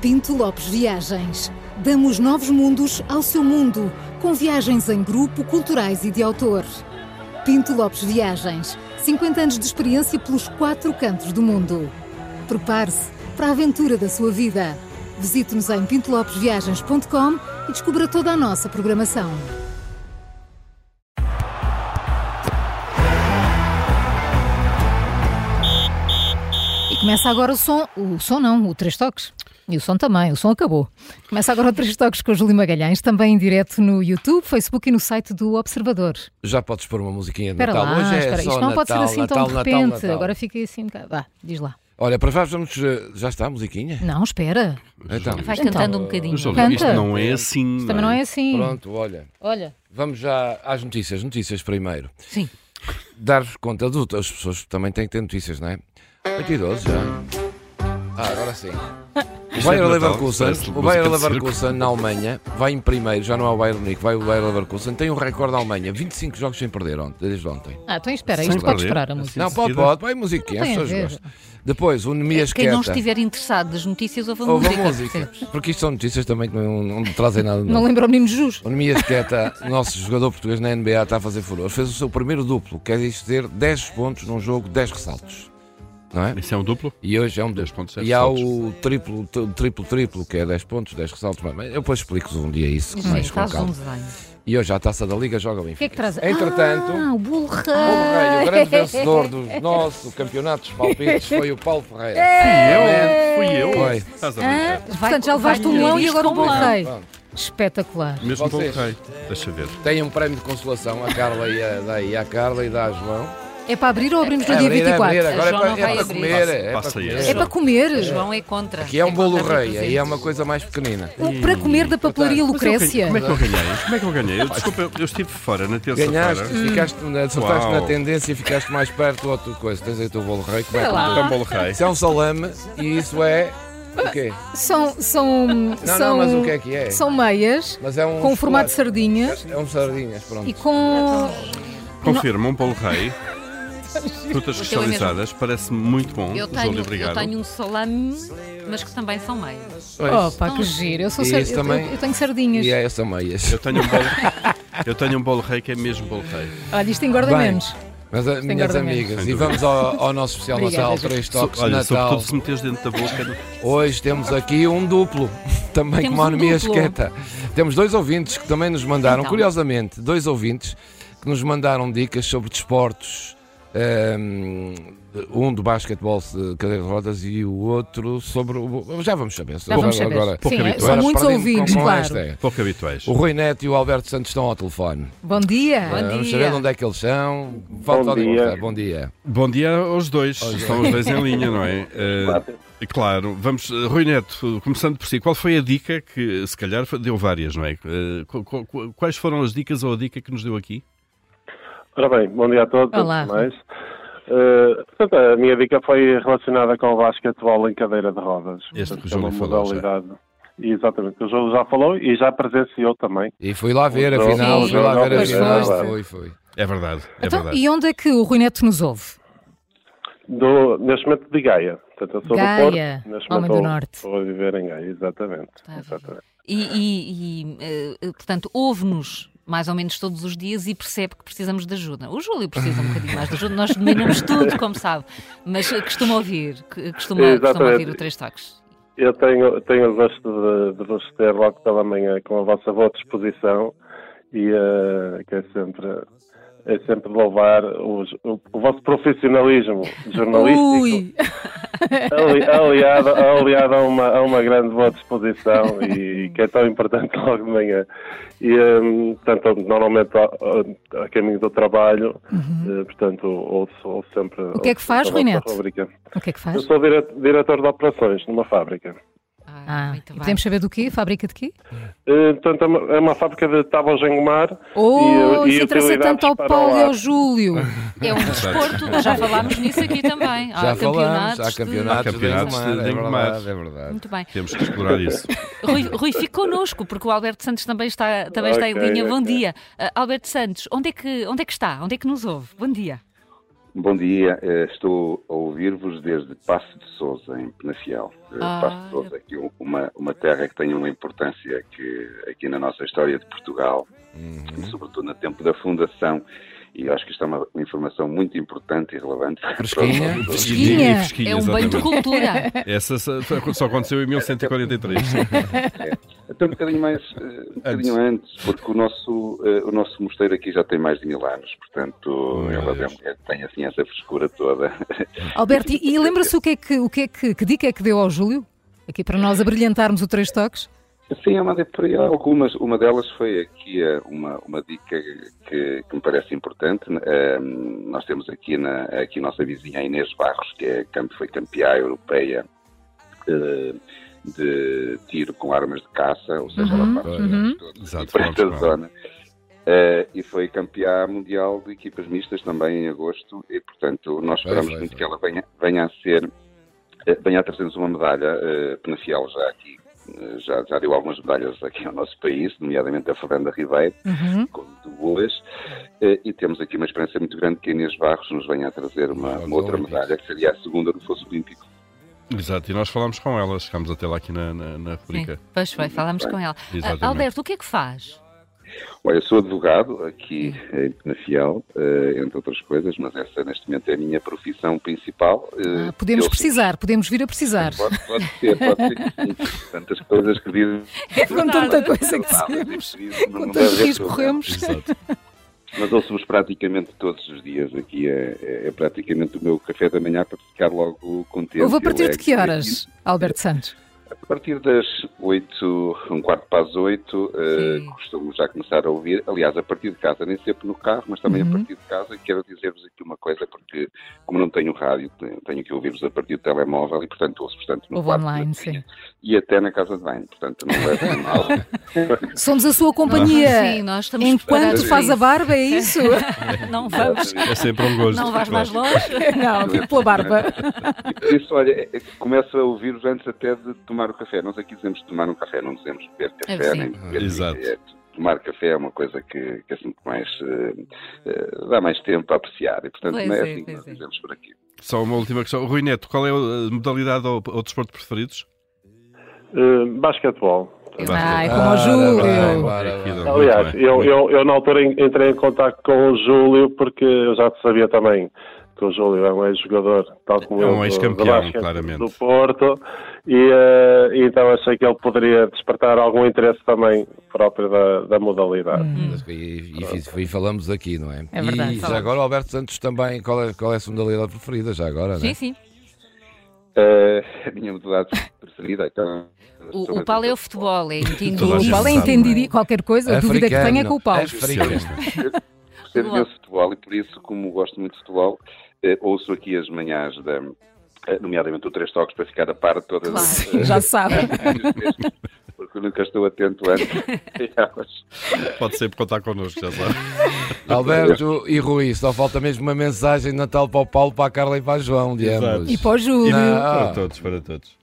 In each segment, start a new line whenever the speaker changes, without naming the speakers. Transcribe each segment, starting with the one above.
Pinto Lopes Viagens. Damos novos mundos ao seu mundo, com viagens em grupo, culturais e de autor. Pinto Lopes Viagens. 50 anos de experiência pelos quatro cantos do mundo. Prepare-se para a aventura da sua vida. Visite-nos em pintolopesviagens.com e descubra toda a nossa programação. E começa agora o som, o som não, o Três Toques. E o som também, o som acabou. Começa agora o Três Toques com o Júlio Magalhães, também em direto no YouTube, Facebook e no site do Observador.
Já podes pôr uma musiquinha de
Espera
Natal.
lá,
Hoje é
espera,
só
isto não
Natal,
pode ser assim
Natal,
tão de
Natal,
repente.
Natal.
Agora fiquei assim um bocado. Vá, diz lá.
Olha, para já vamos. eh, Já está a musiquinha?
Não, espera.
Então,
Então.
Vai cantando um bocadinho.
Mas, olha,
Canta.
Isto não é assim.
Isto também não é assim.
pronto, olha.
Olha,
Vamos já às notícias. Notícias primeiro.
Sim.
Dar-vos conta de outras pessoas que também têm que ter notícias, não é? 22 já. Ah, agora sim. O
Isto é
Bayer
de Natal,
Leverkusen,
parece
o
música
Bayer
de
Leverkusen na Alemanha vai em primeiro, já não é o Bayern Munique, vai o Bayer Leverkusen, tem um recorde da Alemanha, 25 jogos sem perder ontem, desde ontem.
ah, então espera,
Sem
isto pode
perder.
esperar a música.
Não, pode,
seguida.
pode, vai musiquinha,
Não
as
tem a
pessoas
ver.
gostam. Depois, o Nemias
Quem
Queta.
não estiver interessado das notícias, ouve a
Houve
música.
a música. Porque isto são notícias também que não, não trazem nada de
Não
novo.
lembro o menino Jus.
O Nemias Queta, nosso jogador português na NBA, está a fazer furor. Fez o seu primeiro duplo, quer isto dizer 10 pontos num jogo, 10 ressaltos. Não é?
Isso é um duplo?
E hoje é um
10 pontos,
E há
ressaltos.
o triplo, t- triplo, triplo, que é 10 pontos, 10 ressaltos. Mas eu depois explico um dia isso
Sim,
mais com
faz um
calma.
desenho.
E hoje a taça da Liga joga o
O que é
Benfica.
que traz?
Entretanto,
Ah, o bolo rei.
o rei, o grande vencedor do nosso campeonato dos palpites foi o Paulo Ferreira.
Fui
É.
eu, fui eu.
Foi.
Estás a
Ah,
brincar.
portanto, já levaste um
vai
leão e
dizer
agora o
isto com
bolo
um leão.
rei.
Pronto.
Espetacular.
Mesmo com o
É. Vocês.
rei. Deixa ver.
Tem um prémio de consolação, a Carla e a, dá aí à Carla e dá a João.
É para abrir ou abrimos no
É
dia
abrir, é
24?
abrir,
A
agora é
João
para,
não
é
vai
para
abrir.
comer. É
Passa
para comer.
esse.
É para comer.
João é contra.
Que é um bolo
contra
rei, aí é uma
presentes.
coisa mais pequenina.
Um para comer da papelaria
Mas eu ganhei-
Lucrécia.
Como é que eu ganhei? Como é que eu ganhei? Eu, desculpa, eu, eu estive fora na
Ganhaste,
terça-feira.
ficaste, acertaste
Uau.
na tendência e ficaste mais perto do outro coisa. Tens aí o teu bolo rei, como é que
Então, bolo rei.
Isso é um salame e isso é. O quê?
São, são,
Não,
são,
não, mas o que é que é?
são meias
Mas é um.
com o formato de
chocolate.
sardinha
É um sardinhas, pronto.
e com.
Confirma, um bolo rei. Frutas
O teu é mesmo.
cristalizadas, parece-me muito
um
bom.
Eu
Júlio,
tenho, eu
obrigado.
tenho um salame, mas que também são meias.
Pois.
Opa, que giro. Eu, sou
E
sar-
isso
eu- eu-
também-
eu tenho sardinhas.
E é essa meias.
Eu tenho um bolo Eu tenho um bolo rei que é mesmo bolo rei.
Olha, isto engorda
Bem.
menos.
Mas, ah, minhas
engorda menos.
amigas,
Sem
e
dúvida.
vamos ao, ao nosso especial
Obrigada,
Natal,
gente.
três toques de
Olha,
Natal.
sobretudo se meteres dentro da boca.
Hoje temos aqui um duplo, também
Temos
com a
um
Anemia
duplo.
Esqueta. Temos dois ouvintes que também nos mandaram,
Então.
curiosamente, dois ouvintes que nos mandaram dicas sobre desportos. Um, um do basquetebol de cadeira de rodas e o outro sobre. o- Já vamos saber.
Já vamos saber.
Agora,
pouco
Sim, é-
habitual.
são
agora
muitos
perdi-me com-
ouvintes,
com
claro.
esta.
Pouco habituais.
O Rui Neto e o Alberto Santos estão ao telefone.
Bom dia.
Bom
Ah, vamos
dia.
saber de onde é que eles são. Falta alguém
dia.
mostrar. Bom dia.
Bom dia aos dois. Estão os dois em linha, não é? Eh,
Claro.
e claro. Vamos, eh, Rui Neto, começando por si, qual foi a dica que, se calhar, foi- deu várias, não é? Eh, qu- qu- quais foram as dicas ou a dica que nos deu aqui?
Ora bem, bom dia a todos.
Olá.
antes de Mais. Eh, portanto, a minha dica foi relacionada com o basquetebol em cadeira de rodas.
Este que o
Portanto, é uma
Júlio falou já.
modalidade. Exatamente, que o Júlio já falou e já presenciou também.
E fui lá ver,
Sim,
afinal. Fui lá ver,
pois
afinal.
foste.
Foi, foi.
É verdade. É
Então,
verdade.
e onde é que o Rui Neto nos ouve?
Do, neste momento de Gaia. Portanto, eu sou
Gaia,
do Porto. Neste
homem do
momento
Norte. Tá,
Estou a viver em Gaia, exatamente.
a viver.
exatamente.
E, e- e, eh, eh, portanto, ouve-nos mais ou menos todos os dias e percebe que precisamos de ajuda. O Júlio precisa um bocadinho mais de ajuda, nós dominamos tudo, como sabe, mas eh, costuma ouvir, que- eh, costuma, costuma
Exatamente.
ouvir o Três Toques.
Eu tenho, tenho o gosto de, de vos ter logo pela manhã com a vossa boa disposição e eh, que é sempre, é sempre de louvar os- o, o vosso profissionalismo jornalístico.
Ui,
Ali- aliado, aliado a, uma, a uma grande boa disposição e que é tão importante logo de manhã. E, hum, portanto, normalmente a, a- a caminho do trabalho, eh, portanto, ouço, ouço sempre.
Uhum. O que é que faz, Rui Neto? o que é que
Eu
faz?
sou dire- diretor de operações numa fábrica.
Ah,
Ah,
muito
e
bem.
podemos saber do quê? Fábrica de quê?
Eh, portanto, é uma, é uma fábrica de tábuas de engomar.
Oh,
e
isso interessa
utilidades
tanto ao
para o
Paulo e
lar.
ao Júlio.
É um desporto, já falámos nisso aqui também. Há
Já
campeonatos.
falámos, há
de-
campeonatos,
Há campeonatos
de
de
Engomar,
Engomar.
É verdade, é verdade.
Muito bem.
Temos que explorar isso.
Rui, Rui, fique connosco, porque o Alberto Santos também está, também está em
Ok,
linha. Bom
ok.
dia. Ah, Alberto Santos, onde é, que, onde é que está? Onde é que nos ouve? Bom dia.
Bom dia, eh, estou a ouvir-vos desde Passo de Souza, em Penafiel. Eh,
Ah.
Passo de Souza, aqui um- uma, uma terra que tem uma importância que, aqui na nossa história de Portugal, e sobretudo no tempo da fundação. E eu acho que isto é uma informação muito importante e relevante. para
Fresquinha.
nós.
Pesquinha.
E pesquinha,
É um bem de
exatamente.
cultura.
Essa só só aconteceu em 1143.
Até um bocadinho mais, eh, um bocadinho antes, porque o nosso, eh, o nosso mosteiro aqui já tem mais de mil anos, portanto,
meu
ela
Deus.
tem- tem assim essa frescura toda.
Alberto, e, e lembra-se o que é que, o que, é que, que dica é que deu ao Júlio? Aqui para nós abrilhantarmos o Três Toques?
Sim, eu mandei por aí algumas. Uma delas foi aqui eh, uma, uma dica que, que me parece importante. Eh, nós temos aqui, na, aqui a nossa vizinha Inês Barros, que é, campe- foi campeã europeia eh, de tiro com armas de caça, ou seja,
Uhum,
ela faz
uhum.
todos
Exato,
para esta
falamos com ela.
zona. Eh, né? e foi campeã mundial de equipas mistas também em agosto e, portanto, nós
Vai,
esperamos
vai,
muito
vai.
que ela venha, venha a ser, eh, venha a trazer-nos uma medalha. eh, Penafiel já aqui, eh, já, já deu algumas medalhas aqui ao nosso país, nomeadamente a Fernanda Ribeiro,
Uhum.
com duas, eh, e temos aqui uma esperança muito grande que a Inês Barros nos venha a trazer uma,
Jogos
uma outra
Olímpicos.
medalha, que seria a segunda no fosse olímpico.
Exato, e nós falámos com ela, chegámos até lá aqui na, na, na
Sim,
rubrica.
pois foi, falámos com ela. Ah,
Exatamente.
Alberto, o que é que faz?
Olha, eu sou advogado aqui em Penafiel, eh, entre outras coisas, mas essa neste momento é a minha profissão principal. eh,
Ah, podemos
eu-
precisar, podemos vir a precisar.
Pode, pode ser, pode ser que sim. Tantas coisas que dizem.
É Com tanta coisa que
Não, não,
temos,
não
com
deve
tantos
haver
riscos
tudo.
corremos.
Exato.
Mas ouço-vos praticamente todos os dias aqui. É, é- é praticamente o meu café da manhã para ficar logo contente. é
Eu vou a partir de
alegre.
que horas, Alberto Santos?
A partir das 8, um quarto para as 8, eh,
Sim.
costumo já começar a ouvir. Aliás, a partir de casa, nem sempre no carro, mas também
Uhum.
a partir de casa. Quero dizer-vos aqui uma coisa, porque como não tenho rádio, tenho- tenho que ouvir-vos a partir do telemóvel e, portanto, ouço tanto no
Ouve
quarto da
online,
cozinha
sim.
e até na casa de banho. Portanto, não levo a mal.
Somos a sua companhia.
Ah, Sim, nós estamos
Enquanto
preparados
faz
para
a barba, é isso?
isso. Não vamos,
É sempre um gosto.
não vais mais
Claro.
longe.
Não, fico pela barba.
E por isso, olha, é- é- começo a ouvir-vos antes até de tomar o café. Nós aqui dizemos tomar um café, não dizemos beber café,
sim.
nem beber
Exato.
é, Tomar café é uma coisa que, que é assim que mais eh, eh, dá mais tempo a apreciar. E portanto
Pois
não é
é,
assim que
pois
nós
é.
dizemos por aqui.
Só uma última questão. Rui Neto, qual é a modalidade ou, ou desporto preferidos?
Eh, basquetebol.
Ai, como
Ora
o
bem,
Júlio.
ora
Aqui,
bem.
Dom.
Aliás,
é Muito bem.
eu,
Muito
eu, eu na altura en- entrei em contato com o Júlio porque eu já sabia também que o Júlio é um ex-jogador, tal como
É um
eu, do-
ex-campeão,
do basquete
claramente.
do Porto, e, eh, e então achei que ele poderia despertar algum interesse também próprio da, da modalidade.
E, e- e fiz- e falamos aqui, não é?
É verdade,
E já
falamos.
agora o Alberto Santos também, qual é, qual é a sua modalidade preferida já agora, não
Sim,
é?
sim.
Eh, a minha modalidade preferida, então.
O, o pau é o futebol, é entendido.
Toda a
O
gente
Paulo é
sabe,
né?
entendido e qualquer coisa, a dúvida que tenha é com o Paulo.
Africano.
percebo imenso futebol e por isso, como gosto muito de futebol, eh, ouço aqui as manhãs da. eh, Nomeadamente o Três Toques para ficar a par de todas
Claro.
as, eh,
Já sabe.
porque eu nunca estou atento antes.
Pode sempre contar connosco, já sabe.
Alberto e Rui, só falta mesmo uma mensagem de Natal para o Paulo, para a Carla e para o João, de
Exato.
ambos.
E para o Júlio.
Não.
Para todos, para todos.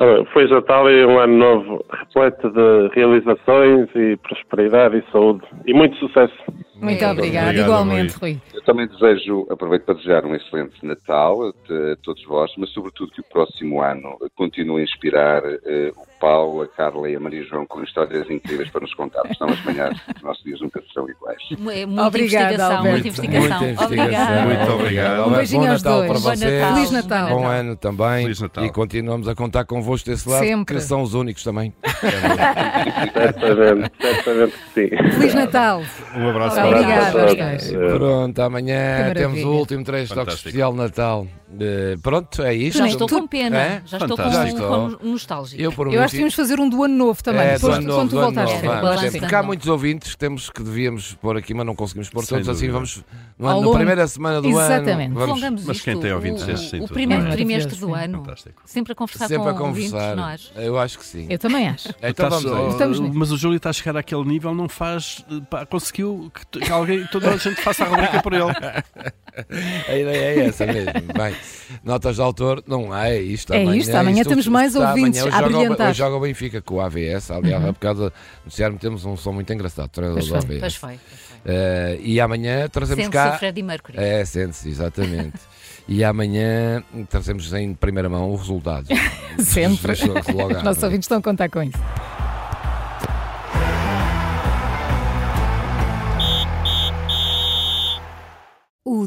Ah, Foi Natal e um ano novo repleto de realizações e prosperidade e saúde. E muito sucesso.
Muito obrigada.
Obrigado,
Igualmente, Rui.
Eu também desejo, aproveito para desejar um excelente Natal a, t- a todos vós, mas sobretudo que o próximo ano continue a inspirar eh, o Paulo, a Carla e a Maria João com histórias incríveis para nos contar, porque senão as manhãs dos nossos dias nunca serão iguais.
É muita
Obrigada,
investigação,
Alberto.
muita investigação.
Muita
Obrigada.
investigação.
Muito obrigado.
Um beijinho
bom
aos
Natal
dois.
para
Bom
vocês.
Natal.
Feliz Natal.
Bom ano também.
Feliz Natal.
E continuamos a contar convosco desse lado,
Sempre.
que são os únicos também.
É.
certamente, certamente que sim.
Feliz Natal.
Um abraço
Obrigada.
para todos.
Obrigada.
Pronto, amanhã
Que
temos
maravilha.
o último três toques
Fantástico.
especial de Natal. Eh, pronto, é isto.
Já estou
Tu-
com pena,
É?
já estou com,
Fantástico.
com nostalgia.
Eu, por um
Eu acho que
minutinho-
devíamos fazer um do ano novo também.
É, do
depois,
ano novo,
quando tu
do ano
voltares,
novo,
Vera,
vamos,
balança
é,
do
Porque
ano
há
novo.
muitos ouvintes que temos que devíamos pôr aqui, mas não conseguimos pôr
Sem
todos. Assim
dúvida.
vamos no
Ao
ano-
longo.
na primeira semana do
Exatamente.
ano. Vamos
Prolongamos
Mas
isto,
quem tem ouvintes
o-
destes tem
O
tudo,
primeiro
não é?
trimestre do
Maravilhoso,
ano.
Fantástico.
Sempre a conversar
sempre a
com ouvintes,
conversar.
nós.
Eu acho que sim.
Eu também acho.
Então
Tá
vamos a
só-
isso.
Estamos nisso.
mas o Júlio está a chegar àquele nível, não faz. eh, pá, conseguiu que, t- que alguém, toda a gente faça a rubrica por ele.
A ideia é essa mesmo. Bem, notas de autor, não há, é isto.
É isto, amanhã temos mais
está,
ouvintes
amanhã.
a
Hoje joga o-
brilhantar. Uhum.
Hoje joga o Benfica com o AVS. Aliás, há bocado no Ceará temos um som muito engraçado.
Pois
Treinador do
foi,
AVS.
Pois foi. pois foi.
Eh, e amanhã trazemos
Sente-se
É. cá.
o Freddie Mercury.
É, sente-se, exatamente. e amanhã trazemos em primeira mão os resultados.
Sempre.
Dos- dos- logo à
Nossos
noite.
ouvintes estão a contar com isso. O